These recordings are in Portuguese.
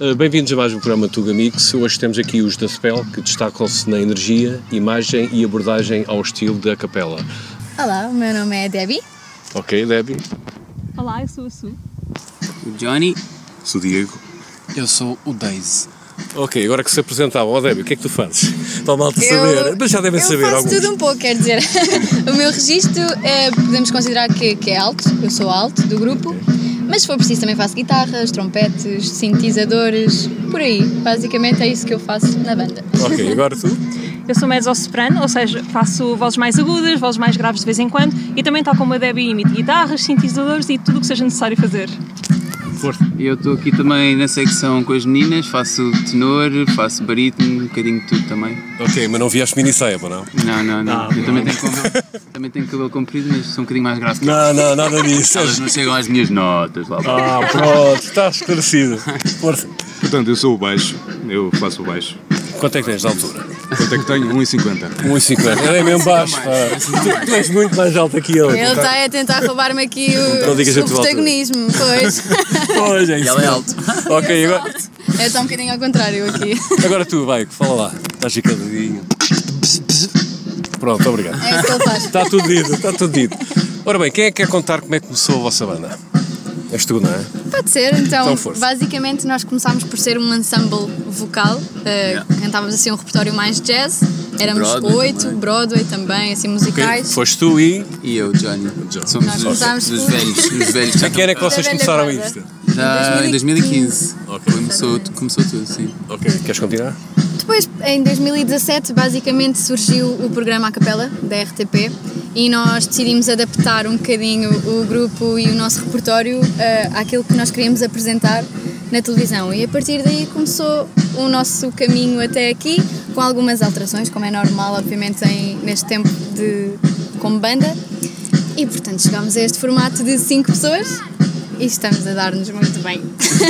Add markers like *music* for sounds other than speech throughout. Uh, Bem-vindos a mais um programa Tuga Mix. Hoje temos aqui os da Spell, que destacam-se na energia, imagem e abordagem ao estilo da capela. Olá, o meu nome é Debbie. Ok, Debbie? Olá, eu sou a Su. O Johnny, Sou Diego. eu sou o Daisy. Ok, agora que se apresentavam, ó Debbie, o que é que tu fazes? Para a malta Eu- saber. Mas já devem eu saber faço alguns. tudo um pouco, quer dizer. *laughs* o meu registro é, podemos considerar que, que é alto, eu sou alto do grupo, mas se for preciso também faço guitarras, trompetes, sintetizadores, por aí. Basicamente é isso que eu faço na banda. Ok, agora tu? Eu sou mezzo-soprano, ou seja, faço vozes mais agudas, vozes mais graves de vez em quando e também, tal como a Debbie, imito guitarras, sintetizadores e tudo o que seja necessário fazer. Eu estou aqui também na secção com as meninas, faço tenor, faço barítono, um bocadinho de tudo também. Ok, mas não vieste minissaia, pá, não? Não, não, não. eu também tenho, cabelo, também tenho cabelo comprido, mas sou um bocadinho mais graças. Não, não, nada disso. Elas não chegam às minhas notas lá. Ah, pronto, está esclarecido. Força. Portanto, eu sou o baixo, eu faço o baixo. Quanto é que tens de altura? Quanto é que tenho? 1,50. 1,50. Era é mesmo baixo, pá. Tu, tu és muito mais alto que ele. Ele está a tentar *laughs* roubar-me aqui o, Não digas a o tua altura. protagonismo, pois. Pois, é isso. Ela é alto. Ok, agora, Eu estou um bocadinho ao *laughs* contrário aqui. agora tu, vai, fala lá. Estás chicadinho. Pronto, obrigado. É isso que ele faz. Está tudo dito, está tudo dito. Ora bem, quem é que quer contar como é que começou a vossa banda? És tu, não é? Pode ser, então, Então, força. basicamente nós começámos por ser um ensemble vocal, uh, cantávamos assim um repertório mais jazz, éramos Broadway oito, também. Broadway também, assim musicais. Foste tu e. E eu, Johnny. Somos Nós os, começámos dos por- velhos. Os velhos já, Quem é que vocês Da velha começaram guarda. isto? já em 2015. Ok. Começou, começou tudo, sim. Ok, queres continuar? Depois, em 2017, basicamente surgiu o programa A Capela, da RTP, e nós decidimos adaptar um bocadinho o grupo e o nosso repertório eh, àquilo que nós queríamos apresentar na televisão. E a partir daí começou o nosso caminho até aqui, com algumas alterações, como é normal, obviamente, em- neste tempo de, como banda. E, portanto, chegámos a este formato de 5 pessoas e estamos a dar-nos muito bem. *laughs*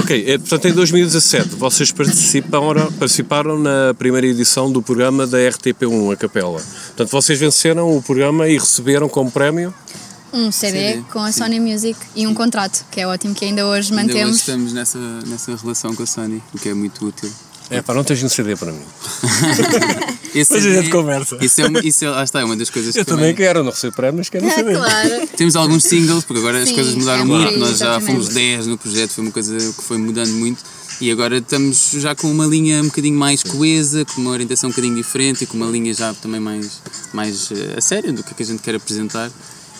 Ok, eh, portanto em 2017 vocês participaram, participaram na primeira edição do programa da RTP1, a Capela. Portanto vocês venceram o programa e receberam como prémio. Um CD, CD, com a Sony Music e um contrato, que é ótimo, que ainda hoje Ainda hoje mantemos. *laughs* estamos nessa, nessa relação com a Sony, o que é muito útil. É pá, não tens um CD para mim. Esse Mas a é- gente conversa. Isso é, uma- isso é, lá está, é uma das coisas Eu que também quero, não recebo prémios, quero um Ah, CD. claro. Temos alguns singles, porque agora as Sim, coisas é mudaram muito muito, nós já exatamente. fomos 10 no projeto, foi uma coisa que foi mudando muito e agora estamos já com uma linha um bocadinho mais coesa, com uma orientação um bocadinho diferente e com uma linha já também mais, mais eh, a sério do que, é que a gente quer apresentar.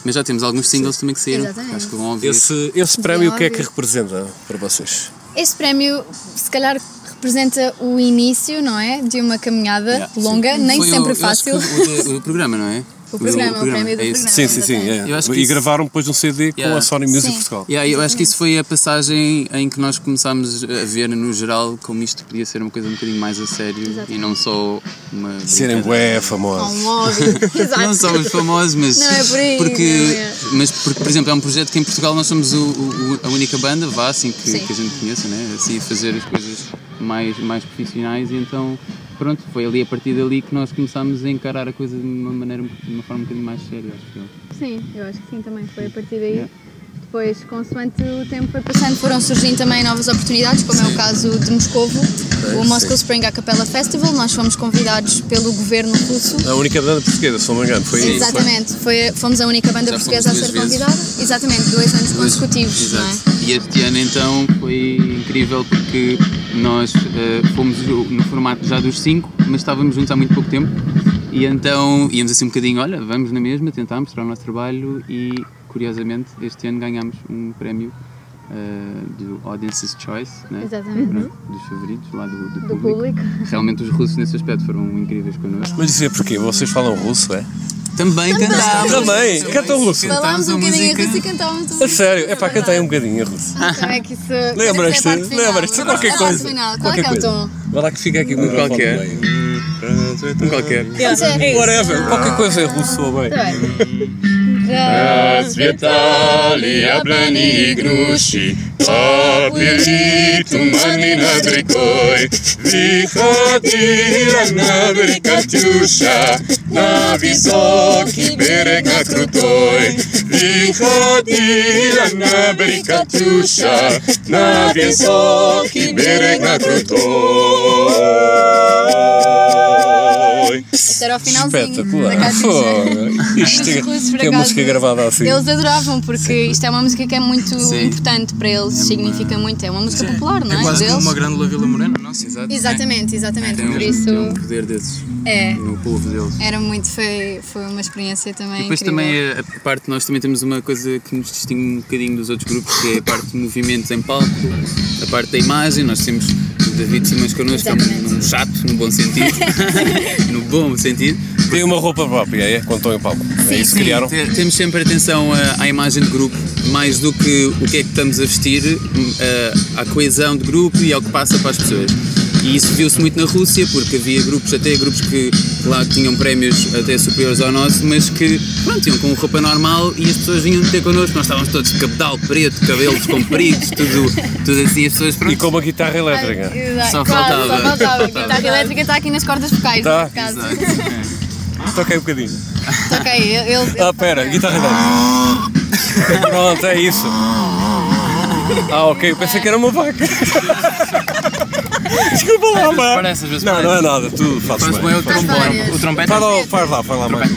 Mas já temos alguns singles também que saíram, Exatamente. acho que vão ouvir. Esse, esse prémio o que é que óbvio. representa para vocês? Este prémio, se calhar, representa o início, não é? De uma caminhada Yeah, sim. longa, nem Foi o- sempre eu acho que fácil. O, o, o programa, não é? O programa, o prémio do é esse. programa. sim, sim, sim. exatamente. é. Eu acho que E isso- gravaram depois um CD com Yeah. a Sony Music Sim. Portugal. Yeah, eu Uhum. acho que isso foi a passagem em que nós começámos a ver no geral como isto podia ser uma coisa um bocadinho mais a sério e não só uma. Serem bué brincadeira. famosos. *laughs* Um *laughs* óbvio. Não Exato. somos famosos, mas. Não é por aí, Porque, não é. Mas, porque, por exemplo, é um projeto que em Portugal nós somos o- o- a única banda, vá assim, que, Sim. que a gente conheça, né? Assim, a fazer as coisas mais, mais profissionais e então. Pronto, foi ali a partir dali que nós começámos a encarar a coisa de uma maneira, de uma forma um bocadinho mais séria, acho que eu. Sim, eu acho que sim também. Foi a partir daí. Yeah. Depois, consoante o tempo foi passando, foram surgindo também novas oportunidades, como é o caso de Moscovo, o Moscow Spring a Capella Festival. Nós fomos convidados pelo governo russo. A única banda portuguesa, se não me engano, foi isso. Exatamente, foi, fomos a única banda Já portuguesa a fomos ser duas vezes. convidada. Exatamente, dois anos consecutivos, Exato. não é? E este ano então foi incrível porque nós eh, fomos no formato já dos 5, mas estávamos juntos há muito pouco tempo e então íamos assim um bocadinho, olha, vamos na mesma, tentar mostrar o nosso trabalho e curiosamente este ano ganhámos um prémio eh, do Audience's Choice, né? Exatamente. Pronto, dos favoritos lá do, do Do público. público. Realmente os russos nesse aspecto foram incríveis connosco. Mas dizer porquê? Vocês falam russo, é? Também cantámos! Também! Cantam russo! Falámos a um bocadinho música. russo e cantávamos um A *laughs* sério, é para cantar um bocadinho em russo. Como é que isso. Lembras-te? Essa é a parte Lembras-te? final. Qualquer A parte coisa. final. Qual Qualquer é que é o tom? Vai lá que fica aqui um qualquer. Um qualquer. Pode ser? Whatever, qualquer coisa em russo é ou bem. Tá bem. Развитали яблони и груши, Плавали туманы над рекой. Выходила на берег Катюша, На высокий берег на крутой. Выходила на берег Катюша, На высокий берег на крутой. Isto era o finalzinho da Espetacular. Catiuxa. *laughs* Fogo. Isto Os russos, por que é acaso, música gravada assim. Eles adoravam, porque isto é uma música que é muito Sim. importante para eles, significa muito. É uma música popular, não é? É quase como Deles. uma grande Vila Morena, nossa, exato. Exatamente, exatamente. Tem um, Por isso, tem um poder desses é, no povo deles. era muito, foi, foi uma experiência também Depois incrível. É também a, a parte, nós também temos uma coisa que nos distingue um bocadinho dos outros grupos, que é a parte de movimentos em palco, a parte da imagem, nós temos o David Simões connosco, que é Exatamente. um, um chato, no bom sentido, no bom sentido. Tem uma roupa própria, é? Quando estão em palco. é isso que criaram? Te- Temos sempre atenção eh, à, à imagem de grupo, mais do que o que é que estamos a vestir, hum, a- à coesão de grupo e ao que passa para as pessoas. E isso viu-se muito na Rússia, porque havia grupos, até grupos que, claro, que tinham prémios até superiores ao nosso, mas que, pronto, iam com roupa normal e as pessoas vinham ter connosco. Nós estávamos todos de cabedal preto, cabelos compridos, *laughs* tudo, tudo assim, as pessoas, pronto, E com uma guitarra elétrica. Exato, Só quase, faltava. Só faltava. A *laughs* guitarra elétrica está aqui nas cordas vocais, Tá. por acaso. Toquei um bocadinho. Toquei, ele- ele- Ah, pera, guitarra elétrica. Pronto, é isso. Ah, ok, eu pensei que era uma *laughs* vaca. Desculpa lá, mano. parece, às vezes Não, não é parece. nada, tu fazes faz bem bem. o trombone. várias. O trompete Faz lá, faz lá, faz lá, mano.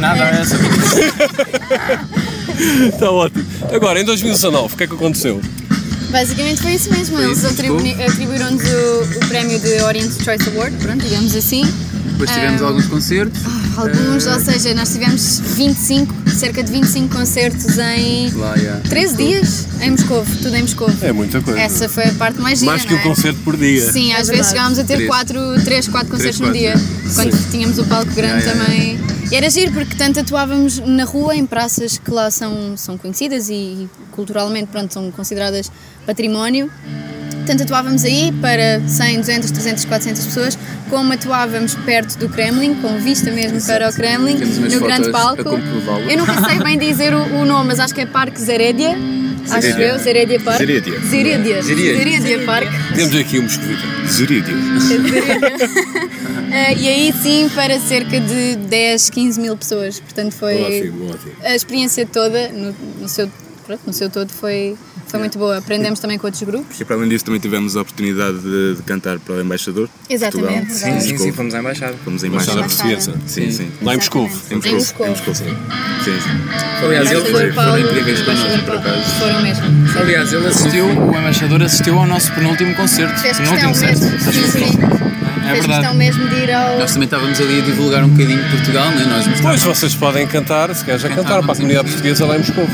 nada é essa. Está Tá ótimo. Agora, em 2019, o que é que aconteceu? Basicamente foi isso mesmo. Eles isso, atribu- atribuíram-nos o, o prémio de Orient Choice Award, pronto, digamos assim. Depois tivemos Ah. alguns concertos. Alguns, ou seja, nós tivemos 25, cerca de 25 concertos em Lá, yeah. 13 dias em Moscou, tudo em Moscou. É muita coisa. assim, Essa foi a parte mais gira, Mais que não um é? concerto por dia. Sim, às vezes chegámos a ter Três. 4, 3, 4 concertos no quatro, né? dia, quando tínhamos o palco grande Yeah, yeah, também. E era giro, porque tanto atuávamos na rua, em praças que lá são, são conhecidas e culturalmente pronto, são consideradas património. Tanto atuávamos aí para 100, 200, 300, 400 pessoas, como atuávamos perto do Kremlin, com vista mesmo para o Kremlin, Temos umas no grande fotos palco. a comprová-lo. Eu nunca sei bem dizer o, o nome, mas acho que é Parque Zerédia. Acho eu, Zerédia Park. Zerédia. Zerédia. Zerédia. Zerédia Park. Temos aqui um mosquito. Zerídio. *laughs* Ah, e aí sim para cerca de 10, 15 mil pessoas. Portanto, foi Ótimo, ótimo. a experiência toda no, no seu, pronto, no seu todo foi, foi muito boa. Aprendemos também com outros grupos. E para além disso também tivemos a oportunidade de, de cantar para o embaixador. de Exatamente, Portugal. verdade. Sim, Moscou. sim, fomos à embaixada. Fomos em Embaixada embaixada. né? portuguesa. Sim, sim. Lá em Moscou. Exatamente. Em Moscou. Em Moscou. Em Moscou, sim. Sim, sim. Aliás, ele Embaixador foi, Paulo, foram incríveis connosco, por Embaixador Paulo, acaso. Foram mesmo. É Aliás, ele assistiu, o embaixador assistiu ao nosso penúltimo concerto. Fez questão penúltimo, certo? mesmo. Sim, sim. É Fez verdade. questão mesmo de ir ao. Nós também estávamos ali a divulgar um bocadinho Portugal, né? Nós mostramos. Pois vocês podem cantar, se queres já Cantar, cantar para a vamos comunidade em portuguesa lá em Moscou.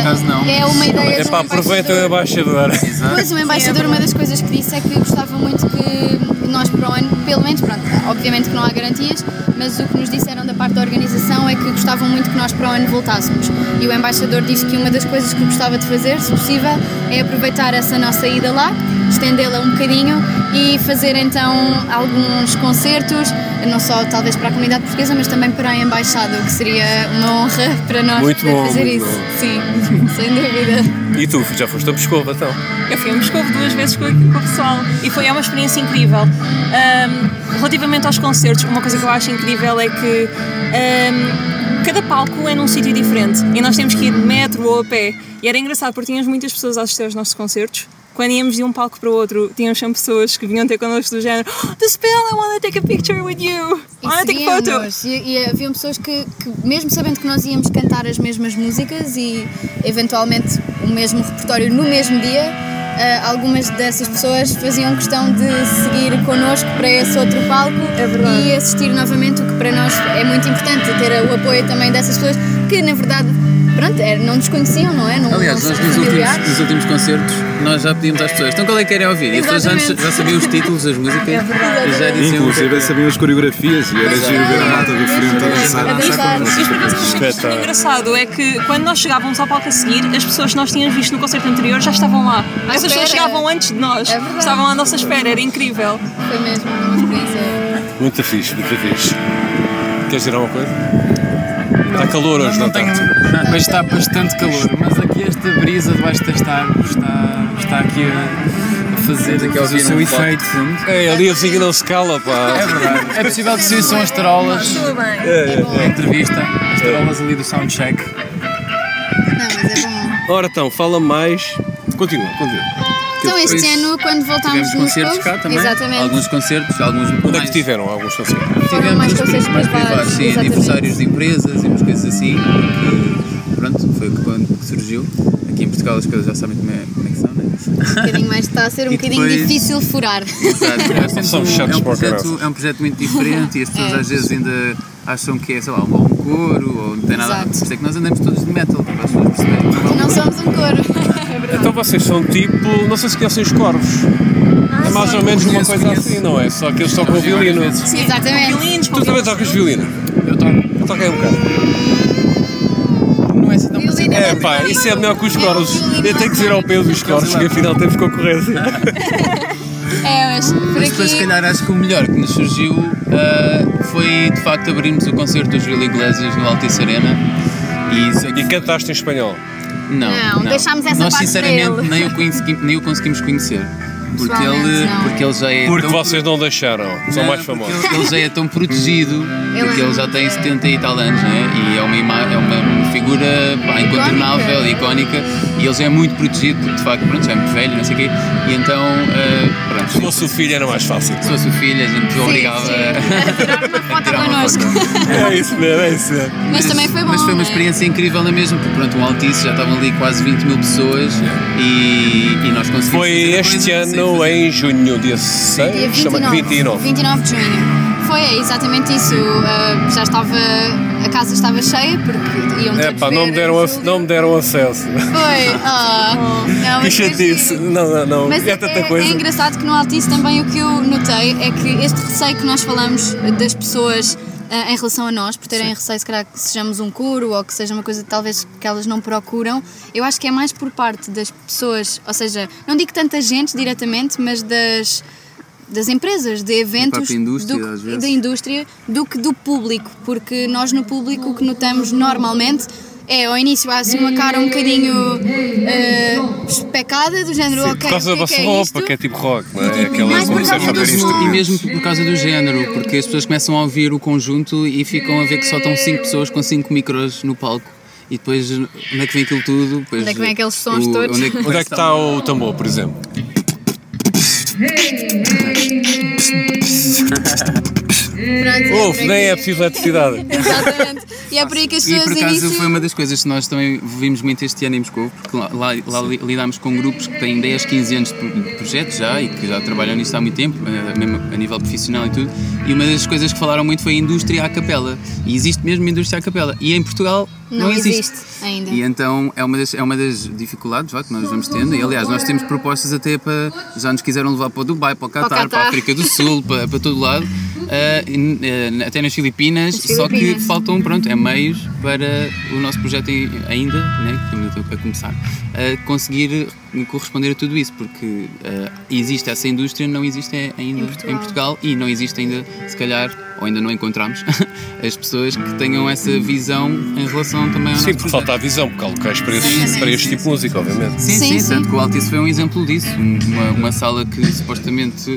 acaso não. É uma ideia É de pá, um aproveitem o embaixador. embaixador. Pois, o embaixador, uma das coisas que disse é que gostava muito que nós para o ano, pelo menos, pronto, obviamente que não há garantias, mas o que nos disseram da parte da organização é que gostavam muito que nós para o ano voltássemos. E o embaixador disse que uma das coisas que gostava de fazer, se possível, é aproveitar essa nossa ida lá, estendê-la um bocadinho e fazer então alguns concertos, não só talvez para a comunidade portuguesa, mas também para a embaixada, o que seria uma honra *laughs* para nós Muito poder bom, fazer muito isso. bom. Sim, *laughs* sem dúvida. E tu, já foste a Moscou, então? Eu fui a Moscou duas vezes com, com o pessoal e foi é uma experiência incrível. Ahm, relativamente aos concertos, uma coisa que eu acho incrível é que ahm, cada palco é num sítio diferente e nós temos que ir de metro ou a pé. E era engraçado porque tínhamos muitas pessoas a assistir aos nossos concertos. Quando íamos de um palco para o outro, tínhamos sempre pessoas que vinham ter connosco do género oh, The Spell, I want to take a picture with you! I E want to take a photo! seguíamos, e, e haviam pessoas que, que, mesmo sabendo que nós íamos cantar as mesmas músicas e eventualmente o mesmo repertório no mesmo dia, ah, algumas dessas pessoas faziam questão de seguir connosco para esse outro palco e assistir novamente, o que para nós é muito importante, ter o apoio também dessas pessoas que, na verdade, pronto, era- não nos conheciam, não é? Não, Aliás, não nós são nos últimos, familiares. nos últimos concertos nós já pedimos às pessoas, então qual é que querem ouvir? E as pessoas já, nos- já sabiam os títulos, as músicas É verdade. e já diziam o que é que Inclusive, era. sabiam as coreografias e era giro ver a malta do frente a dançar. A dançar. Mas por acaso eu achei que isto foi engraçado é que quando nós chegávamos ao palco a seguir, as pessoas que nós tínhamos visto no concerto anterior já estavam lá. À Essas espera. pessoas chegavam antes de nós, É verdade. estavam à nossa espera, era incrível. Foi mesmo uma experiência. Muito fixe, muito fixe. Queres dizer alguma coisa? Está calor hoje, não, tá? Não está? tenho. Hoje está bastante calor, mas aqui esta brisa debaixo desta árvore está, está aqui a- a fazer, Aqui a fazer o ouvir seu um pote efeito. de fundo. É, ali a vizinha não se cala, É pá. verdade. É possível que se são as tarolas, a entrevista, as tarolas ali do soundcheck. Então, Não, mas é bom. Ora então, fala mais. Continua, continua. Então este depois ano, quando voltámos Tivemos de Moscou, concertos cá também, exatamente, alguns concertos, alguns Onde é que tiveram alguns concertos? foram mais concertos privados. sim, exatamente. aniversários de empresas e umas coisas assim. E pronto, foi quando que surgiu. Aqui em Portugal as coisas já sabem como é, como é que são, né? Um bocadinho mais está a ser um E bocadinho depois- difícil furar. *laughs* Exato. Nós temos São um- chatos é, um para o projeto, é um projeto muito diferente e as pessoas É. às vezes ainda acham que é, sei lá, um bom coro ou não tem nada a Exato. ver. Por isso é que nós andamos todos de metal, para as pessoas perceberem. Não somos um coro. Então vocês são tipo. Não sei se conhecem os corvos. É mais ou menos uma Conheço, coisa conheço. assim, não é? Só que eles tocam vi várias violino. vezes. Exatamente. Violinos, com Tu também violinos. tocas violino? Eu toco. Eu toquei um bocado. Não é assim tão Violino É muito pá, bonito. isso é melhor que os É um corvos. violino Eu tenho que dizer ao Pedro dos corvos que afinal temos concorrência. É, mas por Mas depois, se aqui. calhar, acho que o melhor que nos surgiu ah, foi de facto abrirmos o concerto do Júlio Iglesias no Altice Arena. E isso aqui. E cantaste em espanhol. Não, Não, deixámos essa Nós, parte sinceramente, dele. Nem, o consegui- nem o conseguimos conhecer. Porque Pessoalmente, ele, não. porque ele já é. Porque tão- vocês não deixaram. São Não, mais porque famosos. Ele, ele já é tão protegido, Ele porque é ele já tem muito- 70 e tal anos, né? e é uma, ima- é uma figura pá, incontornável, icónica, e ele já é muito protegido, porque de facto pronto, já é muito velho, não sei o quê, e então, ah, pronto, Se fosse o filho era mais fácil. se fosse o filho, a gente o obrigava sim. A tirar uma foto É. tirar uma connosco. foto. É isso mesmo, é isso mesmo. Mas também foi bom. Mas foi não uma é? experiência incrível na mesma, porque pronto, o Altice já estavam ali quase 20 mil pessoas e, e nós conseguimos. Foi fazer a este coisa sem ano é fazer- em junho, dia Dia 6, chama 29, 29. 29 de junho. Foi é exatamente isso. Uh, já estava. A casa estava cheia porque iam É todos pá, não me ver deram, o ac- Júlio. não me deram acesso. Foi. ah, *laughs* não, Que mas foi chatice. giro. Não, não, não. Mas É tanta é coisa. engraçado que no Altice também o que eu notei é que este receio que nós falamos eh, das pessoas ah, em relação a nós, por terem receio se calhar que sejamos um curo ou que seja uma coisa talvez que elas não procuram, eu acho que é mais por parte das pessoas, ou seja, não digo tanta gente diretamente, mas das das empresas, de eventos, própria indústria, do que- às vezes. da indústria, do que do público, porque nós no público o que notamos normalmente é ao início há assim uma cara um bocadinho eh, especada, do género, ok, Por causa da o que vossa é que é isto? roupa, que é tipo rock, não é? É mais Aquela por coisa causa que é do fazer E instrumentos. mesmo por causa do género, porque as pessoas começam a ouvir o conjunto e ficam a ver que só estão 5 pessoas com 5 micros no palco. E depois, onde é que vem aquilo tudo? Depois, Onde é que vem aqueles sons o- todos? Onde é que, Onde é que está o tambor, por exemplo? Pronto, Ouve, é nem é por aí preciso eletricidade. que- Exatamente. E é por aí que as E por pessoas acaso iniciam. foi uma das coisas que nós também vimos muito este ano em Moscou, porque lá, lá- lá li- lidámos com grupos que têm 10, 15 anos de pro- de projeto já e que já trabalham nisto há muito tempo, eh, mesmo a nível profissional e tudo. E uma das coisas que falaram muito foi a indústria à capela. E existe mesmo indústria à capela. E em Portugal não, Não existe ainda. E então é uma das, é uma das dificuldades vá, que nós vamos tendo. E aliás, nós temos propostas até para. Já nos quiseram levar para o Dubai, para o Qatar, para, Qatar. a África do *laughs* Sul, para, para todo lado, eh, n- eh, até nas Filipinas. Nas Só que Filipinas. faltam, pronto, é meios para o nosso projeto ai- ainda, né, que estamos a- a começar, a conseguir corresponder a tudo isso, porque eh, existe essa indústria, não existe ainda em Portugal. e não existe ainda, se calhar, ou ainda não encontramos, *laughs* as pessoas que tenham essa visão em relação também ao Sim, nosso porque projeto. falta a visão, porque há locais para este, sim, para este sim, tipo de música, obviamente. Sim, Sim, sim, sim. tanto que o Altice foi um exemplo disso. Uma, uma sala que supostamente.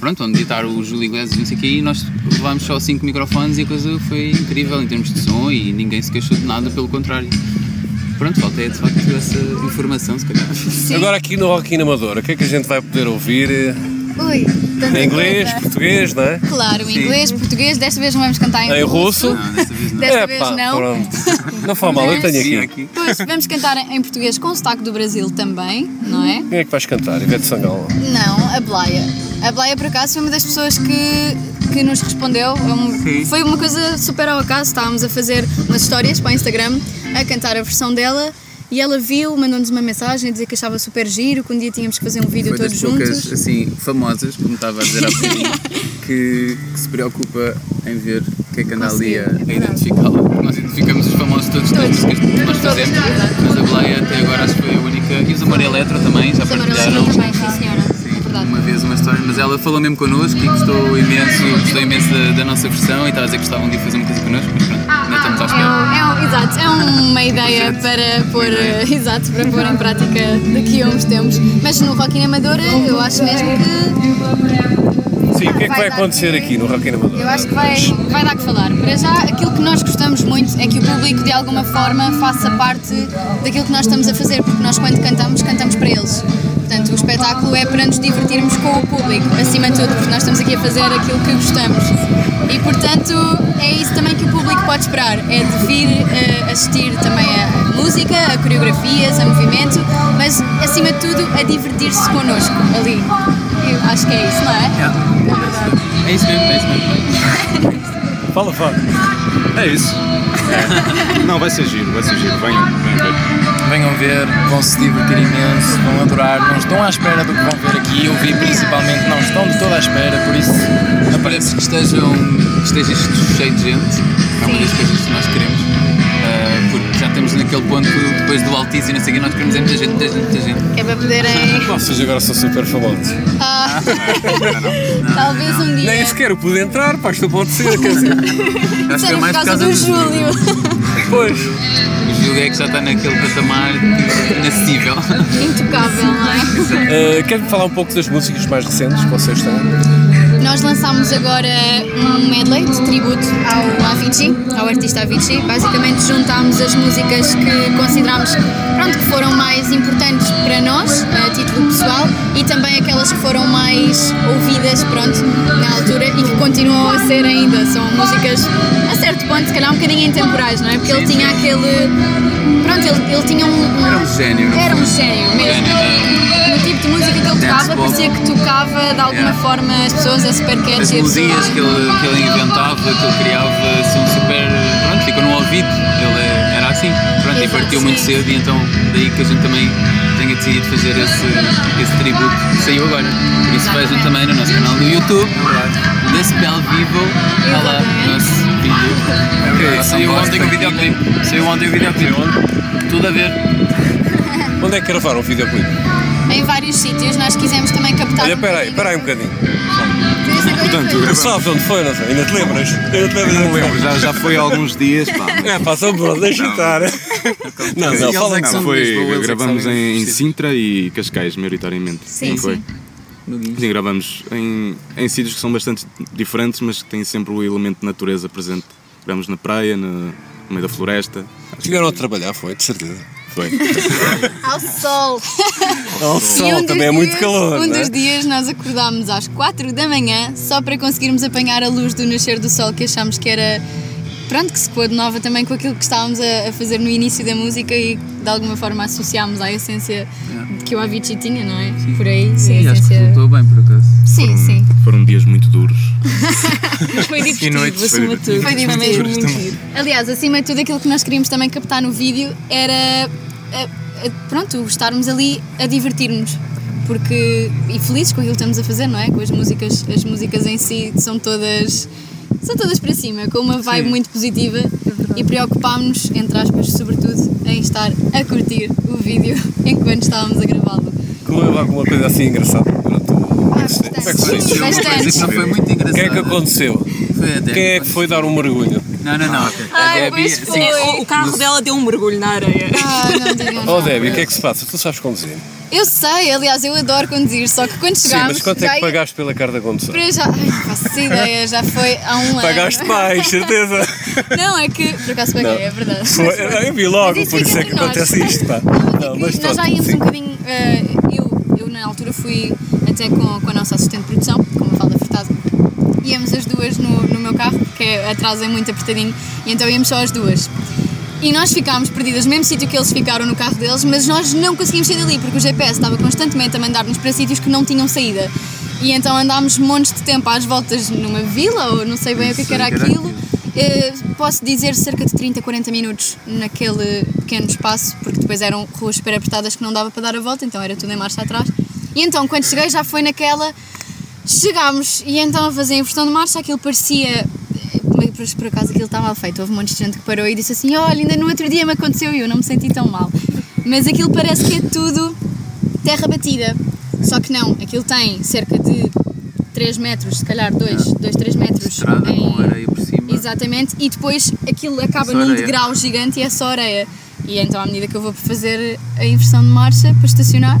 Pronto, onde estar o Júlio Iglesias, não sei o quê, e nós levámos só cinco microfones e a coisa foi incrível em termos de som e ninguém se queixou de nada, pelo contrário. Pronto, falta é de facto essa informação, se *laughs* calhar. Sim. Agora aqui no Rock in Amadora, o que é que a gente vai poder ouvir? eh, Ui, tanta Em inglês, *laughs* coisa. português, não é? Claro, inglês, português, desta vez não vamos cantar em, Em É russo? Não, dessa vez não. Desta vez pá, não. *laughs* pronto. Não faz mal, eu tenho Sim, aqui. aqui. Pois, vamos cantar em em português com o sotaque do Brasil também, não é? Quem é que vais cantar? Ivete Sangalo. Não, a Blaia. A Blaia, por acaso, foi uma das pessoas que, que nos respondeu. É um- Sim. Foi uma coisa super ao acaso. Estávamos a fazer umas histórias para o Instagram a cantar a versão dela e ela viu, mandou-nos uma mensagem a dizer que achava super giro, que um dia tínhamos que fazer um vídeo Foi das todos poucas, juntos. assim, famosas, como estava a dizer *laughs* há bocadinho, que, que se preocupa em ver quem é que anda ali a, a identificá-la. Nós identificamos os famosos todos, todas as músicas que nós Todos, fazemos, todas, mas a Blaia até agora acho que foi a única. E os Amor Eletro também, já Os Amor partilharam. Eletro também, sim, senhora. Sim, É Verdade. Uma vez uma história, mas ela falou mesmo connosco e gostou imenso, gostou imenso da, da nossa versão e estava a dizer que gostavam de fazer uma coisa connosco, mas pronto, ainda estamos à É, espera. um- é um- exato, é uma ideia para pôr, *laughs* eh, exato, para pôr em prática daqui a uns tempos. Mas no Rock in Amadora eu acho mesmo que Sim, o que é que Vai vai dar acontecer que- aqui no Rock in Amador? eu acho que vai, vai dar que falar. Para já aquilo que nós gostamos muito é que o público de alguma forma faça parte daquilo que nós estamos a fazer, porque nós quando cantamos, cantamos para eles. Portanto, o espetáculo é para nos divertirmos com o público, acima de tudo, porque nós estamos aqui a fazer aquilo que gostamos. E portanto é isso também que o público pode esperar, é de vir eh, assistir também a música, a coreografias, a movimento, mas acima de tudo a divertir-se connosco ali. Eu acho que é isso, não é? É isso mesmo, é isso mesmo. Fala, fala. É isso. É. Não, vai ser giro, vai ser giro. Venham, venham. Venham ver, vão se divertir imenso, vão adorar, não estão à espera do que vão ver aqui, eu vi principalmente, não estão de toda à espera, por isso Parece que estejam, que esteja isto cheio de gente, é uma das coisas que nós queremos, ah, porque já estamos naquele ponto, depois do Altice e não sei o quê, nós queremos é muita gente, muita gente, muita gente. Que é para poderem. Vocês agora são super famosos. Ah, talvez um dia. Nem sequer eu pude entrar, pá, isto não pode ser, quer *laughs* dizer. Acho que Sério, é por mais causa do Júlio. Pois. O Júlio é que já está naquele patamar inacessível. *laughs* Intocável, não é? Ah, Quer-me falar um pouco das músicas mais recentes que vocês têm? Nós lançámos agora um medley de tributo ao Avicii, ao artista Avicii. Basicamente juntámos as músicas que considerámos pronto, que foram mais importantes para nós, a título pessoal, e também aquelas que foram mais ouvidas pronto, na altura e que continuam a ser ainda. São músicas, a certo ponto, se calhar um bocadinho intemporais, não é? Porque ele tinha aquele. Pronto, ele, ele tinha um- um Era um gênio. Era um gênio mesmo. No tipo de música que ele é. Dance tocava, pop. parecia que tocava de alguma Yeah. forma as pessoas, é super As catchy. melodias que ele, que ele inventava, que ele criava, são super. Pronto, ficam no ouvido. Ele era assim. Pronto, e Exato, partiu muito sim. cedo, e então daí que a gente também tenha decidido fazer esse, esse tributo que saiu agora. Por isso vejam Exatamente. também no nosso canal do YouTube, The Spell Vivo. Está lá Exatamente. o nosso vídeo. verdade. Saiu ontem o videoclipe. Saiu ontem o videoclipe. Tudo a ver. Onde é que gravaram o videoclipe? Em vários sítios, nós quisemos também captar. Olha, peraí, peraí um bocadinho. Foi essa coisa Portanto, toda. Tu sabes onde foi, não sei? Ainda te lembras? Ainda te lembras? Não lembro, já, já foi há alguns dias. Pá. É, pá, só pronto, deixa estar. Não, não, fala que Não, são foi, Lisboa, eles é que gravamos sabem em, em vestir. Sintra e Cascais, maioritariamente. Sim, não foi? sim. Sim, gravamos em, em sítios que são bastante diferentes, mas que têm sempre o elemento de natureza presente. Gravamos na praia, no, no meio da floresta. Chegaram a trabalhar, foi, de certeza. Foi. *laughs* Ao sol. Ao E um sol, dos também é muito dias- calor. Um não é? dos dias nós acordámos às 4 da manhã só para conseguirmos apanhar a luz do nascer do sol que achámos que era. Pronto, que se pôde nova também com aquilo que estávamos a, a fazer no início da música e de alguma forma associámos à essência que o Avicii tinha, não é? Por aí, sim, a acho que essência. resultou bem, por um acaso. Sim, sim. Foram dias muito duros. Foi divertido, acima de tudo. Foi divertido. mesmo muito giro. Aliás, acima de tudo, aquilo que nós queríamos também captar no vídeo era, eh, eh, pronto, estarmos ali a divertir-nos. Porque, e felizes com aquilo que estamos a fazer, não é? Com as músicas, as músicas em si são todas, são todas para cima, com uma vibe muito positiva e preocupámos-nos, entre aspas, sobretudo, em estar a curtir o vídeo *laughs* enquanto estávamos a gravá-lo. Como é alguma coisa assim engraçada durante o. Bastante. Bastante. Mas foi muito engraçado. O que é que aconteceu? Foi a Debbie. Quem é que foi dar um mergulho? Não, não, não. Ai, a Debbie, pois sim, foi. É, o- O carro dela deu um mergulho na areia. Ah, não digam Oh, nada. Debbie, o que é que se passa? Tu sabes conduzir? Eu sei, aliás, eu adoro conduzir, só que quando Sim, chegámos. mas quanto é já- que pagaste pela carta de condução? Para já, ai, não faço ideia, já foi há um ano. Pagaste *laughs* mais, certeza. Não, é que. Por acaso paguei, Não. é verdade. Foi- Eu vi logo, Mas isso por isso fica é que entre nós. acontece isto, pá. Não, mas Nós pronto, já íamos sim. um bocadinho. eh, eu, eu, na altura, fui até com, com a nossa assistente de produção, com a Falda Furtado. Íamos as duas no, no meu carro, porque atrás é muito apertadinho, e então íamos só as duas. E nós ficámos perdidas no mesmo sítio que eles ficaram no carro deles, mas nós não conseguimos sair dali, porque o GPS estava constantemente a mandar-nos para sítios que não tinham saída. E então andámos montes de tempo às voltas numa vila, ou não sei bem o que, é que era aquilo. eh, posso dizer cerca de 30, 40 minutos naquele pequeno espaço, porque depois eram ruas super apertadas que não dava para dar a volta, então era tudo em marcha atrás. E então, quando cheguei, já foi naquela. Chegámos e então a fazer a inversão de marcha, aquilo parecia. Mas por, por acaso aquilo estava mal feito. Houve um monte de gente que parou e disse assim: Olha, ainda no outro dia me aconteceu e eu não me senti tão mal. Mas aquilo parece que é tudo terra batida. Só que não, aquilo tem cerca de 3 metros, se calhar 2, 2, 3 metros. Estrada em- com areia por cima. Exatamente, e depois aquilo acaba Só num areia. degrau gigante e é só areia. E então, à medida que eu vou fazer a inversão de marcha para estacionar,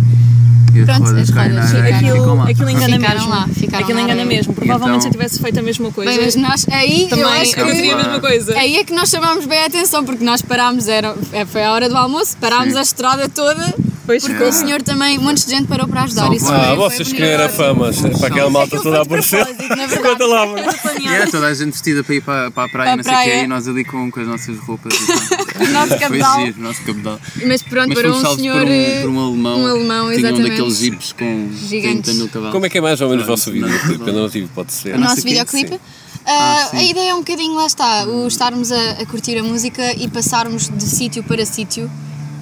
E as Pronto, rodas as caem na rodas. areia e ficam Aquilo, lá. aquilo engana Ficaram mesmo. lá, ficaram aquilo lá engana na areia. mesmo. Provavelmente então- se eu tivesse feito a mesma coisa. bem, mas nós aí também eu acho eu que. teria- teria a mesma coisa. Aí é que nós chamámos bem a atenção, porque nós parámos, era, é, foi a hora do almoço, parámos Sim. a estrada toda, Pois porque foi. o senhor também, um monte de gente parou para ajudar. Só Isso foi. foi- Ah, foi é vocês bonito. querem a fama, é, para aquela malta Aquilo toda a foi de aparecer. propósito, na verdade. *laughs* Conta lá, mano. E era *laughs* toda a gente vestida para ir para, para a praia, Para a não sei o quê, praia. e nós ali com, com as nossas roupas e tal. O *laughs* nosso *laughs* Foi é cabedal. giro, o nosso cabedal. Mas pronto, Mas para fomos um salvos senhor. por, um, eh, por um alemão. um alemão, que tinha um exatamente. daqueles jipes com Gigantes. 30 mil cavalos. Como é que é mais ou menos o vosso Não, videoclipe? não. Eu não tive, pode ser. Eu o não nosso sei quem, videoclipe. sim. Ah, sim. a ideia é um bocadinho, lá está, o estarmos a, a curtir a música e passarmos de sítio para sítio,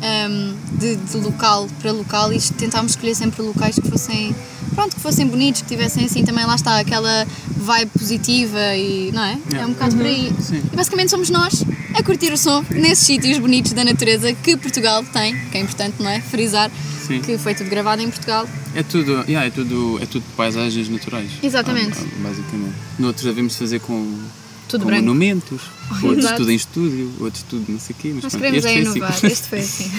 ahm, de, de local para local e es- tentarmos escolher sempre locais que fossem, pronto, que fossem bonitos, que tivessem assim também, lá está, aquela vibe positiva e, não é? É um bocado por aí. Uhum. Sim. E basicamente somos nós a curtir o som nesses sítios bonitos da natureza que Portugal tem, que é importante, não é? Frisar Sim. que foi tudo gravado em Portugal. É tudo, yeah, é tudo, é tudo paisagens naturais. Exatamente. Ah, ah, basicamente. Noutros devemos fazer com, Tudo com branco. *laughs* monumentos, outros Exato. tudo em estúdio, outros tudo não sei o quê. Mas Nós pronto, queremos este é foi assim. inovar, este foi assim.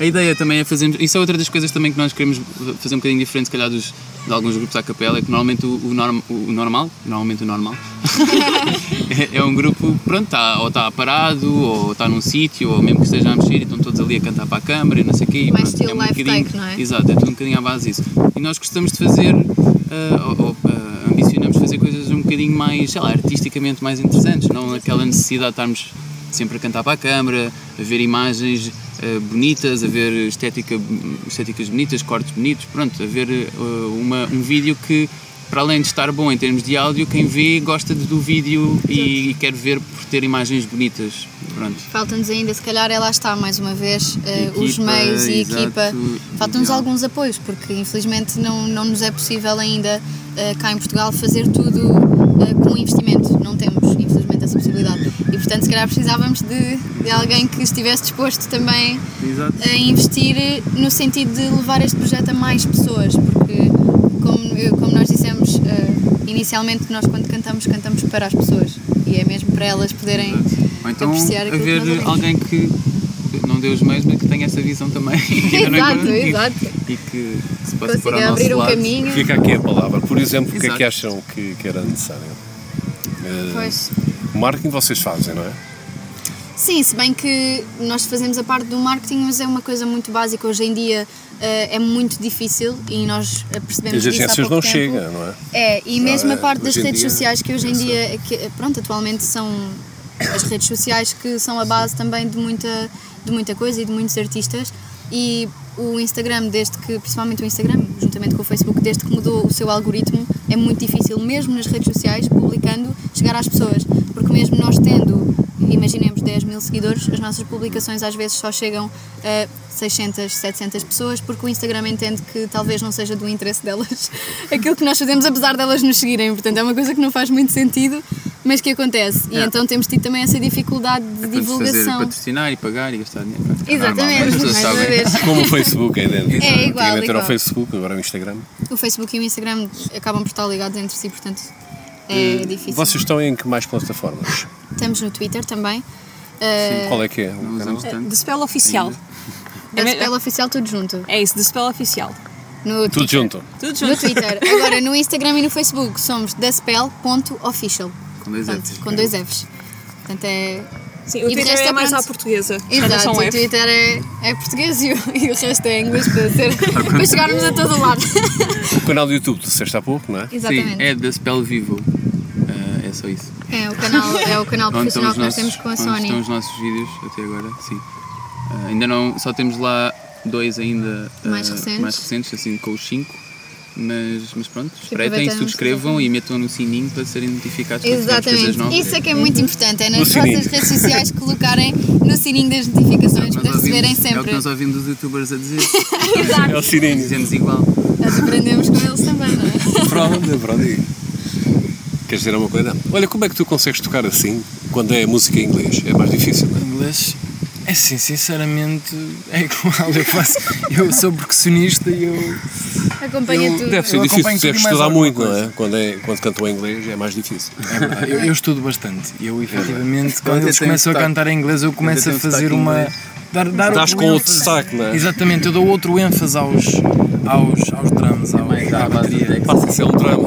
A ideia também é fazermos. Isso é outra das coisas também que nós queremos fazer um bocadinho diferente, se calhar, dos, de alguns grupos à capela, é que normalmente o, o, norm- o normal, normalmente o normal, *laughs* é, é um grupo, pronto, tá, ou está parado, ou está num sítio, ou mesmo que esteja a mexer e estão todos ali a cantar para a câmara e não sei o quê. e Mais pronto, estilo é um live bocadinho- take, não é? Exato, é tudo um bocadinho à base disso. E nós gostamos de fazer, ah, ou, ou, ah, ambicionamos fazer coisas um bocadinho mais, sei lá, artisticamente mais interessantes, não aquela necessidade de estarmos sempre a cantar para a câmara, a ver imagens ah, bonitas, a ver estética, estéticas bonitas, cortes bonitos, pronto, a ver ah, uma, um vídeo que, para além de estar bom em termos de áudio, quem vê gosta do vídeo e, quer ver por ter imagens bonitas, pronto. Falta-nos ainda, se calhar, é lá está, mais uma vez, eh, Equipa, os meios e exato, equipa. Faltam-nos ideal. alguns apoios, porque infelizmente não, não nos é possível ainda, eh, cá em Portugal, fazer tudo eh, com investimento. Não temos, infelizmente, essa possibilidade. E portanto, se calhar, precisávamos de, de alguém que estivesse disposto também Exato. a investir eh, no sentido de levar este projeto a mais pessoas, porque, como, eu- como nós dissemos eh, inicialmente, nós quando cantamos, cantamos para as pessoas. E é mesmo para elas poderem. Ou então apreciar aquilo que nós haver ouvimos. alguém que não deu os meios, mas que tenha essa visão também. *laughs* Que ainda não Exato, encontrou. exato. E que se possa pôr ao consiga nosso abrir um lado. caminho. Fica aqui a palavra. Por exemplo, o que é que Exato. acham que, que era necessário? Eh, Pois. o marketing vocês fazem, não é? Sim, se bem que nós fazemos a parte do marketing, mas é uma coisa muito básica. Hoje em dia eh, é muito difícil e nós eh, percebemos As disso há agências pouco não tempo. chegam, não é? É, e mesmo a parte das hoje em redes dia, é sociais que hoje em sim. dia, que, pronto, atualmente são as redes sociais que são a base também de muita, de muita coisa e de muitos artistas. E o Instagram, desde que, principalmente o Instagram, juntamente com o Facebook, desde que mudou o seu algoritmo, é muito difícil, mesmo nas redes sociais, publicando, chegar às pessoas. Porque mesmo nós tendo, imaginemos, 10 mil seguidores, as nossas publicações às vezes só chegam a 600, 700 pessoas, porque o Instagram entende que talvez não seja do interesse delas *laughs* aquilo que nós fazemos, apesar delas nos seguirem. Portanto, é uma coisa que não faz muito sentido, mas que acontece. E É. então temos tido também essa dificuldade de Quando se fazer é divulgação. patrocinar e pagar e gastar dinheiro. pronto, é normal, Exatamente, as pessoas mais uma sabem. vez. Como o Facebook é idêntico. *laughs* É igual, Antigamente era o igual. Facebook, agora é o Instagram. O Facebook e o Instagram acabam por estar ligados entre si, portanto Eh, é difícil. Vocês estão em que mais plataformas? Estamos no Twitter também. Uh, Qual é que é? Não usamos tanto. The Spell Oficial. da É- Spell Oficial, tudo junto. É isso, The Spell Oficial. No Tudo junto. Tudo No junto. Twitter. Agora, no Instagram e no Facebook somos daspel.official. Com dois Portanto, Fs. com dois Fs. Portanto, é. Sim, o E de Twitter resto é é mais à pronto. portuguesa. Cada Exato, só o um F. *laughs* Twitter é, é português e o, e o resto é inglês para, ser, para chegarmos a todo lado. é. O canal do YouTube, disseste há pouco, não é? Exatamente. Sim, é da Spell Vivo. Ah, é só isso. É o canal, é o canal Onde estão profissional que nós então os nossos, temos com a onde estão Sony. os nossos vídeos até agora, sim. Ah, ainda não, só temos lá dois ainda ah, Mais recentes. mais recentes, assim, com os cinco. Mas, mas pronto, espreitem, aproveitem, subscrevam e metam no sininho para serem notificados quando tivermos coisas novas. Exatamente. Isso é que é muito importante, é nas No sininho. vossas redes sociais colocarem no sininho das notificações Nós para receberem ouvimos- É o que sempre. nós ouvimos dos youtubers a dizer. *laughs* É o sininho. Dizemos igual. Nós aprendemos com eles também, não é? Pronto, pronto. E- Queres dizer alguma coisa? Olha, como é que tu consegues tocar assim quando é música em inglês? É mais difícil, não é? inglês é assim, sinceramente é igual. Eu, faço, eu sou percussionista e eu. Acompanha Eu- tudo. Deve ser Eu difícil, deve acompanho tudo e mais estudar alguma muito, não é? coisa. Quando, é? quando cantam em inglês é mais difícil. Eu, eu estudo bastante. Eu, efetivamente, quando até eles tenho começam a sotaque. cantar em inglês, eu começo tenho a fazer sotaque uma. inglês. Dar, dar um Estás com ênfase. outro destaque, não é? Exatamente, eu dou outro ênfase aos, aos, aos drums, ao, à bateria. Passa a ser um drama.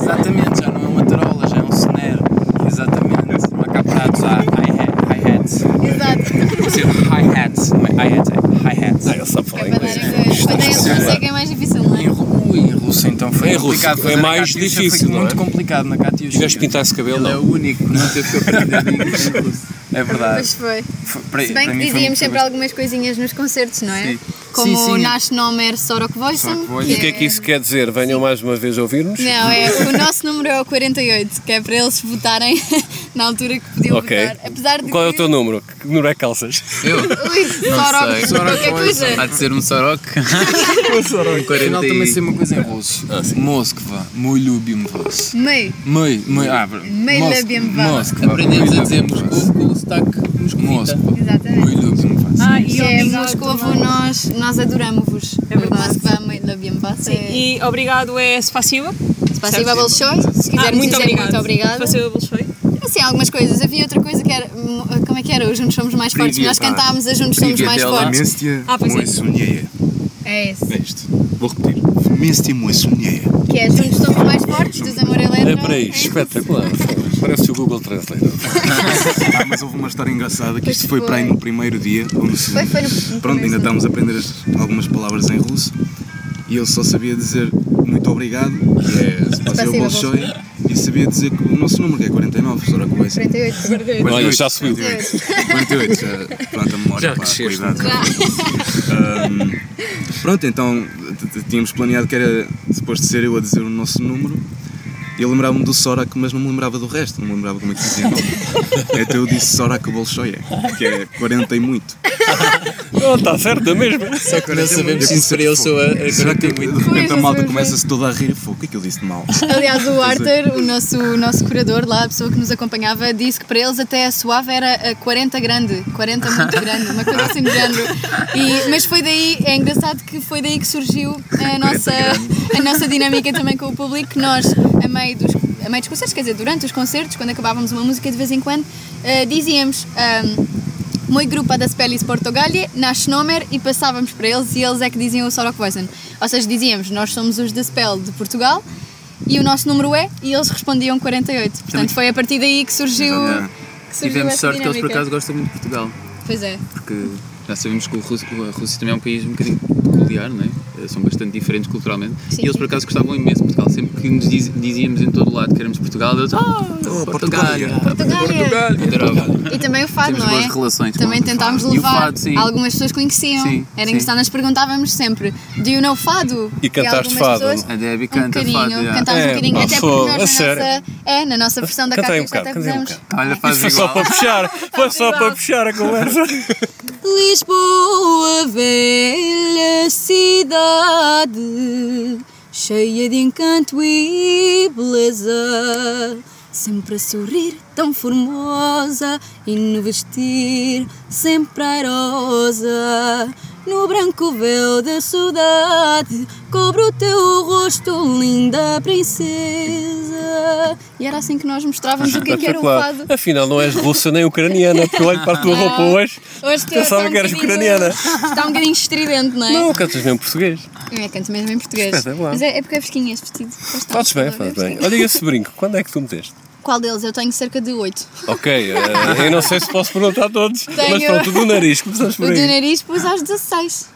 Exatamente, já não é uma tarola, já é um snare. Exatamente, uma caprato, há hi-hats. um Exato. Hi-hats, não é hi-hats, é hi-hats. Ah, Ele sabe falar É para dar inglês. inglês. Quando é eles não sei que é mais difícil, não é? Ui, em russo então foi um Em russo, complicado. é fazer a mais Katiusha, difícil, Foi não é? muito complicado na Catiuxa. Tiveste que pintar esse cabelo? Ele é Não. o único que não teve que *laughs* aprender inglês no curso. É verdade. Ah, Pois foi. Foi- para- Se bem para que mim foi dizíamos muito sempre algumas coisinhas nos concertos, não é? Sim. Como Sim, o sim. Nasce Nomer Sorok Voice. Sorok Voice. E o que é que isso quer dizer? Venham mais uma vez ouvir-nos? Não, é, o nosso número é o 48, que é para eles votarem *laughs* na altura que podiam Ok. votar. Apesar de Qual é o que... teu número? Que número é calças? Eu? Ui, Sorok, sei. qualquer coisa. Há de ser um *laughs* Soroc. Um Afinal 40 também sei e... uma coisa em russo. Ah, Moskva, muy любим вас. Meio. Muy, muy, ah, Мы Моск- любим вас. Москва, Aprendemos мы a dizer любим вас. Moscou com o sotaque moscovita. Moskva, Exatamente. muy любим вас. *laughs* Ah, e Que é obrigado Moscovo, também. nós, nós adoramos-vos. É verdade. Moskva, meio любим вас. Sim. E obrigado é Ah, Spasiba. Спасибо большое. Se quisermos dizer muito obrigada. Spasiba Bolshoi. Assim, algumas coisas. Havia outra coisa que era. hum, Como é que era? O Juntos Somos Mais Fortes. Привет, Nós pá. cantámos a Juntos Somos Привет, Mais Ela. Fortes. Вместе Ah, pois é. мой сумнее. É esse. É isto. Vou repetir. Вместе мой сумнее. Que é Juntos Somos Mais Fortes, dos Amor Eletro. É para isto. Espetacular. Parece o Google Translate. Ah, mas houve uma história engraçada que isto Pois foi para aí foi. no primeiro dia. Ou no segundo. foi no primeiro Pronto, ainda dia. estávamos a aprender as- algumas palavras em russo e eu só sabia dizer muito obrigado, que é o Спасибо, Bolshoi, e sabia dizer que o nosso número que é 49, será que vai ser? 48. Olha, já subiu. 48, já, pronto, a memória, Já pá, cresceste. um cuidado. Ahm, pronto, então t- t- tínhamos planeado que era suposto ser eu a dizer o nosso número. e Eu lembrava-me do Sorak, mas não me lembrava do resto, não me lembrava como é que se dizia. então eu disse Sorak Bolshoi, que é 40 e muito. Não, está certo, é mesmo. Só que não sabemos se isso para eles sou a Será 40 que e de muito. repente a Pois, malta pois, começa-se toda a rir? Fogo, o que é que eu disse de mal? Aliás, o Arthur, o nosso, o nosso curador lá, a pessoa que nos acompanhava, disse que para eles até a suave era a 40 grande, 40 muito grande, uma coisa assim de género. E- mas foi daí, é engraçado que foi daí que surgiu a nossa, a nossa dinâmica também com o público, que nós, a meio dos, a meio dos concertos, quer dizer, durante os concertos, quando acabávamos uma música de vez em quando, eh, dizíamos. ahm, Mój grupa das pelis Portugália, nasce Nomer e passávamos para eles e eles é que diziam o Sorok Voisen. Ou seja, dizíamos, nós somos os da Spell de Portugal e o nosso número é e eles respondiam 48. Portanto, foi a partir daí que surgiu, Exatamente. que surgiu Tivemos essa sorte que eles por dinâmica. acaso gostam muito de Portugal. Pois é. porque já sabemos que o Russo- a Rússia também é um país um bocadinho peculiar, não é? Eh, São bastante diferentes culturalmente. Sim. E eles por acaso gostavam imenso de Portugal. Sempre que nos diz- dizíamos em todo lado que éramos Portugal, eles, ah, Portugal, Portugal. Adoravam. E também o fado, Temos não é? boas relações também com o tentámos fado. E o levar. fado, sim. Algumas pessoas conheciam. Sim, Era sim. engraçado, nós perguntávamos sempre: Do you know fado? E cantaste algumas fado? pessoas- A Debbie Um É, canta bocadinho, fado. já. cantámos É, um bocadinho, pá, até fogo, porque a nós na sério. nossa, é, na nossa versão da Canta aí Cátia um bocado, até canta aí um fizemos. Olha, faz Foi só igual. para puxar. Foi só para puxar a conversa. Lisboa, velha cidade, cheia de encanto e beleza, sempre a sorrir, tão formosa, e no vestir, sempre airosa. No branco véu da saudade, cobre o teu rosto, linda princesa. E era assim que nós mostrávamos o que, é que era um Espetacular. fado. Ah. Afinal, não és russa nem ucraniana, porque eu olho para a tua roupa hoje. Hoje tu Pensava está um que eras bocadinho- ucraniana. Está um bocadinho estridente, não é? Não, cantas mesmo português. É, canto mesmo em português. Espetacular. Mas é, é porque é fresquinho este vestido. Pois está, Fazes bem, é fazes bem. fresquinho. Olha esse brinco, quando é que tu meteste? Qual deles? Eu tenho cerca de oito. Ok, eh, eu não sei se posso perguntar a todos, mas Tenho- pronto, do nariz, começamos O por do aí. nariz pus aos 16.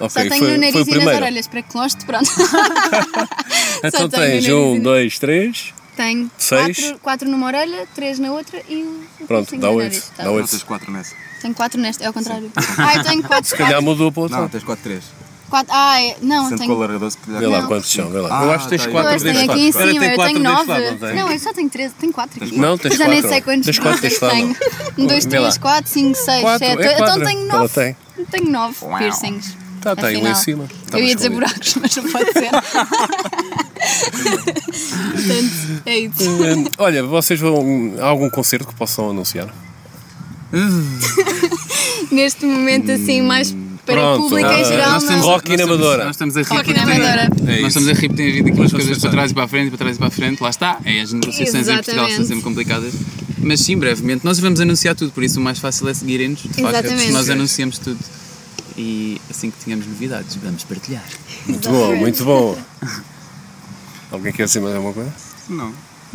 Ok, Só tenho no nariz e nas orelhas, para que longe, *laughs* pronto. Então Só tenho no tens nariz e um, nas- dois, três, Tenho Seis. Quatro, quatro numa orelha, três na outra e um. um pronto, pedacinho dá no oito, nariz. Tá dá bom. oito. Vocês quatro nessa. Tenho quatro nesta, é ao contrário. Ah, eu tenho quatro. *laughs* Já quatro, mudou para outro Não, lado. tens quatro, três. quatro. Ah, é- não, eu Sendo com o tenho. alargador, se calhar. Vê lá Não. quantos são, vê lá. Ah, eu acho que tens tá aí. Eu quatro acho que destes tenho lados. aqui em Agora cima, tem eu quatro tenho deste nove. lado, não tem? Não, eu só tenho 13, tenho 4 aqui. Não, tens Eu já nem quatro. sei quantos Tens quatro piercings deste lado, tenho. Um, dois, Vê lá. três, quatro, cinco, seis, Quatro, sete. é oito. Então quatro. tenho Ela nove. tem. Tenho nove piercings. Tá, tem um Afinal. em cima. Estava Eu ia dizer escondido. buracos, mas não pode ser. *laughs* É Portanto, é isso. Hum, *laughs* Olha, vocês vão. Há algum concerto que possam anunciar? Neste momento, assim, mais para Pronto, público Eh, ah, em geral, nós temos não. Rock e na Amadora. Nós estamos a rir Rock porque na tem- Amadora. É isso. Nós estamos a rir porque tem havido aquelas Mas vocês coisas para sabem. trás e para a frente, para trás e para a frente, lá está. É, as negociações em Portugal são Exatamente. sempre complicadas. Mas sim, brevemente. Nós vamos anunciar tudo, por isso o mais fácil é seguirem-nos. De facto, Exatamente. nós anunciamos tudo. E assim que tínhamos novidades, vamos partilhar. Muito bom, muito bom. Alguém quer dizer mais alguma coisa? Não,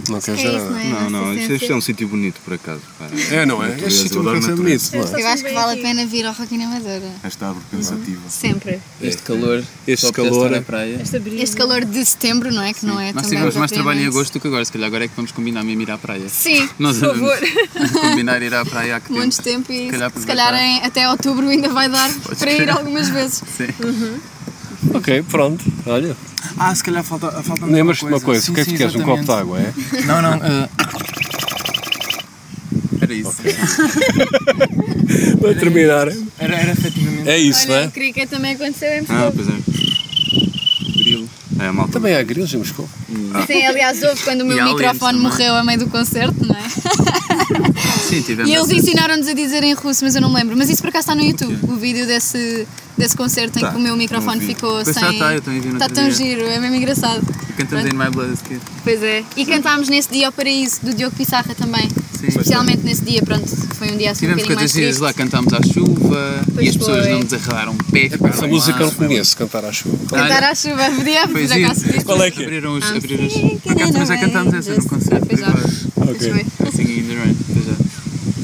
Não quer É dizer isso, não nada? é? não, A não. nossa Isto é- isto é essência. um sítio bonito, por acaso. pá. É, não é? Natureza, Este sítio eu é uma adoro coisa natureza. bonita, não é? Eu acho que vale a pena vir ao Rock na Amadora. Esta árvore pensativa. Sempre. É. Este calor, Este só apetece calor. estar na praia. Este calor de setembro, não é? Que não é Nós também tivemos mais trabalho em propriamente- agosto do que agora, se calhar agora é que vamos combinar mesmo ir à praia. Sim, Nós por favor. andamos a *laughs* combinar ir à praia há que Montes de tempo. tempo e Se calhar se calhar em- até outubro ainda vai dar para ir crer. algumas vezes. Ok, pronto. Olha, Ah, se calhar falta, falta lembras-te de uma coisa: o que é que tu queres? Um copo de água, é? Não, *laughs* não. eh, Era isso. Para terminar. era, era efetivamente. É isso, não Olha, é? o cricket também aconteceu em Ah, Moscou. pois é. Grilo. É a malta. Também há grilos em Moscou. Sim, aliás, houve quando o Ah, E meu aliens microfone também. morreu a meio do concerto, não é? *laughs* Sim, tivemos. E eles essa- ensinaram-nos a dizer em russo, mas eu não me lembro. Mas isso por acaso está no YouTube, o vídeo desse, desse concerto em Tá, que o meu não microfone vi. ficou Pois sem. já está, eu também vi no Está outro tão dia. giro, é mesmo engraçado. Cantamos em My Blood is Kid. Pois é. E cantámos nesse dia ao Paraíso, do Diogo Pissarra também. Sim. Especialmente nesse dia, pronto, foi um dia assim um Tivemos bocadinho mais quantas dias triste. lá, cantámos à chuva Pois e as pessoas foi. não nos arredaram o pé. Essa é música eu um não conheço, cantar à chuva. Cantar à chuva, podia, Foi já cá se giro. disse. Qual é que é? Abriram os. I'm Abriram os. singing Por acaso, in nós the já cantámos essa no rain. concerto. Pois já. agora. Deixa eu ver. Singing in the Rain. pois já.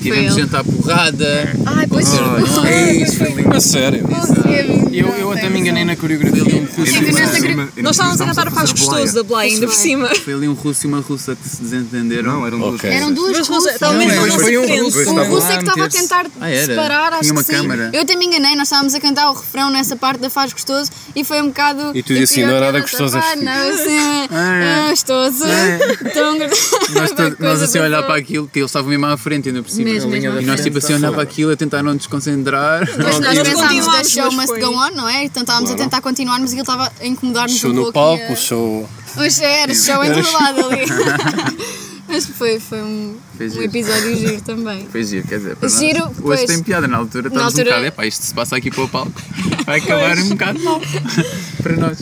Tivemos ele. gente à porrada. Ai, pois Oh, É A sério. é Eu, eu até me enganei na coreografia. Foi ali um russo e Ainda uma- Nós por cima- ainda por Nós cima estávamos a cantar o Faz fazer boleia. Gostoso da Blay, ainda por Pois cima. foi ali um russo e uma russa que se desentenderam. Não, eram duas. Ok. Eram um duas Mas russas. Rosa, talvez Não, não mas se foi um prende. russo. Um Estavam russo é lá que a estava a meter-se. tentar Ah, era? separar, acho Tinha uma que sim. câmara. Eu até me enganei, nós estávamos a cantar o refrão nessa parte da Faz Gostoso e foi um bocado. E tu dizes assim, pior não é que nada ela gostoso, estava, é fixe. Não, assim, *laughs* Ah, é. ah, gostoso. *laughs* Tão gostoso. Nós, to- nós Coisa assim a do olhar povo. para aquilo, que eles estavam mesmo à frente, ainda por cima. Mesmo, mesmo à e nós tipo assim a olhar para aquilo, a tentar não nos *laughs* concentrar. Mas nós nós pensámos da continuámos, show mas must foi. go on, não é? E Tentávamos a tentar continuar, mas aquilo estava a incomodar-nos Show um pouco. no e palco, a- show. Mas era show em todo lado *laughs* ali. Mas foi, foi um, Foi um giro. episódio giro também. Foi giro, quer dizer, para Giro, nós. pois. Hoje tem piada, na altura Na estávamos altura- um bocado, epá, isto se passa aqui para o palco, *laughs* vai acabar um bocado mal para nós.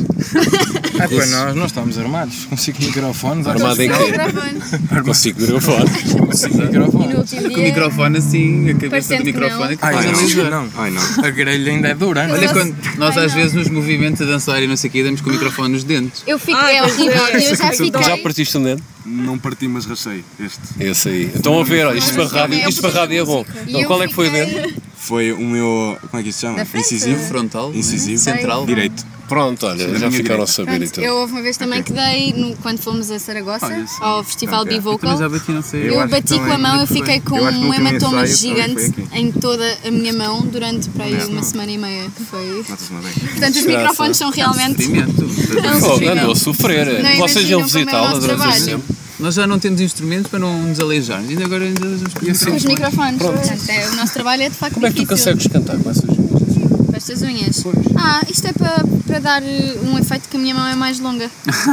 Ah, pois nós, nós estamos armados. Com 5 microfones. Armado em quê? Gravando. Consigo microfone. Com 5 microfones. Ah, No último Com o dia. microfone assim, a cabeça Parecendo do que microfone não. é que faz a Ai lisa. não. Ai não. A grelha ainda é dura. Olha Nossa. quando nós Ai, às não. vezes nos movimentos a dançar e não sei o quê, damos com o microfone nos dentes. Eu fiquei, Ai, é pois horrível. é. Eu já Já fiquei. partiste um dedo? Não parti, mas rachei. Este Esse aí. Estão a ver, olha, isto para rádio, isto para rádio é bom. E Então, eu qual é que foi o fiquei- dedo? foi o meu. Como é que isto se chama? Da frente. Incisivo. Frontal, né? Incisivo. central. Direito. Pronto, olha, Sim, já minha ficaram a direita. saber e Pronto, eu tudo. houve uma vez também que dei, no- quando fomos a Saragossa, Olha, sim. ao Festival Também. Eu também Bivocal, já bati, não sei. eu, acho que bati com a também mão e muito fiquei bem. com Eu acho que no um último hematoma ensaio também foi gigante aqui. em toda a minha mão durante para aí uma semana e meia. que Foi. Nota-se-me bem. Portanto, os Desgraça. microfones são realmente. Experimento. Oh, Não, andou a sofrer. imaginam Vocês como é o iam nosso visitá-la durante trabalho. esse tempo. Nós já não temos instrumentos para não nos aleijarmos. Ainda agora ainda nos Com os conhecemos. microfones. Portanto, é, o nosso trabalho é de facto Como é que tu difícil. consegues cantar com essas músicas? Com estas unhas. Ah, isto é para, para dar eh, um efeito que a minha mão é mais longa.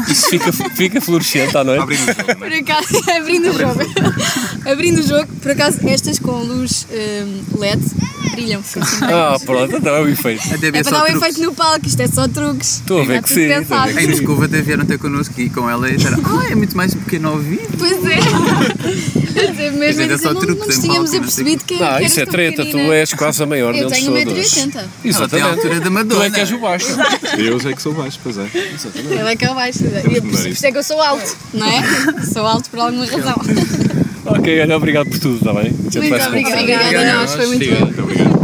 Isso fica, fica fluorescente à noite. Abrimos o jogo, não Por é? acaso, *laughs* abrindo o jogo. abrindo o jogo, por acaso, estas com luz eh, LED brilham. ficam assim. Ah, pronto, então é o efeito. Até É ver para só dar o truques. efeito no palco, isto é só truques. Estou a ver Está que tudo sim, estou a pensado. ver Em Moscou até vieram ter connosco e com ela e disseram Ah, é muito mais pequeno ao vivo. Pois é. Pois é, mesmo é assim, só não, truques não em nos palco, tínhamos não sei apercebido que Não, que isso é eras tão treta, tu pequenina. és quase a maior Eu deles tenho todos. 1,80m. Ela tem a altura Exatamente. da Tu Madonna. é que és o baixo. Eu já é que sou baixo, pois é. Ele é que é *laughs* o baixo. E por isso é que eu sou alto, não é? Sou alto por alguma razão. Ok, olha, obrigado por tudo, está bem? Já te Muito vais obrigada. recuperar. Obrigada a nós, foi muito bom. Muito obrigado.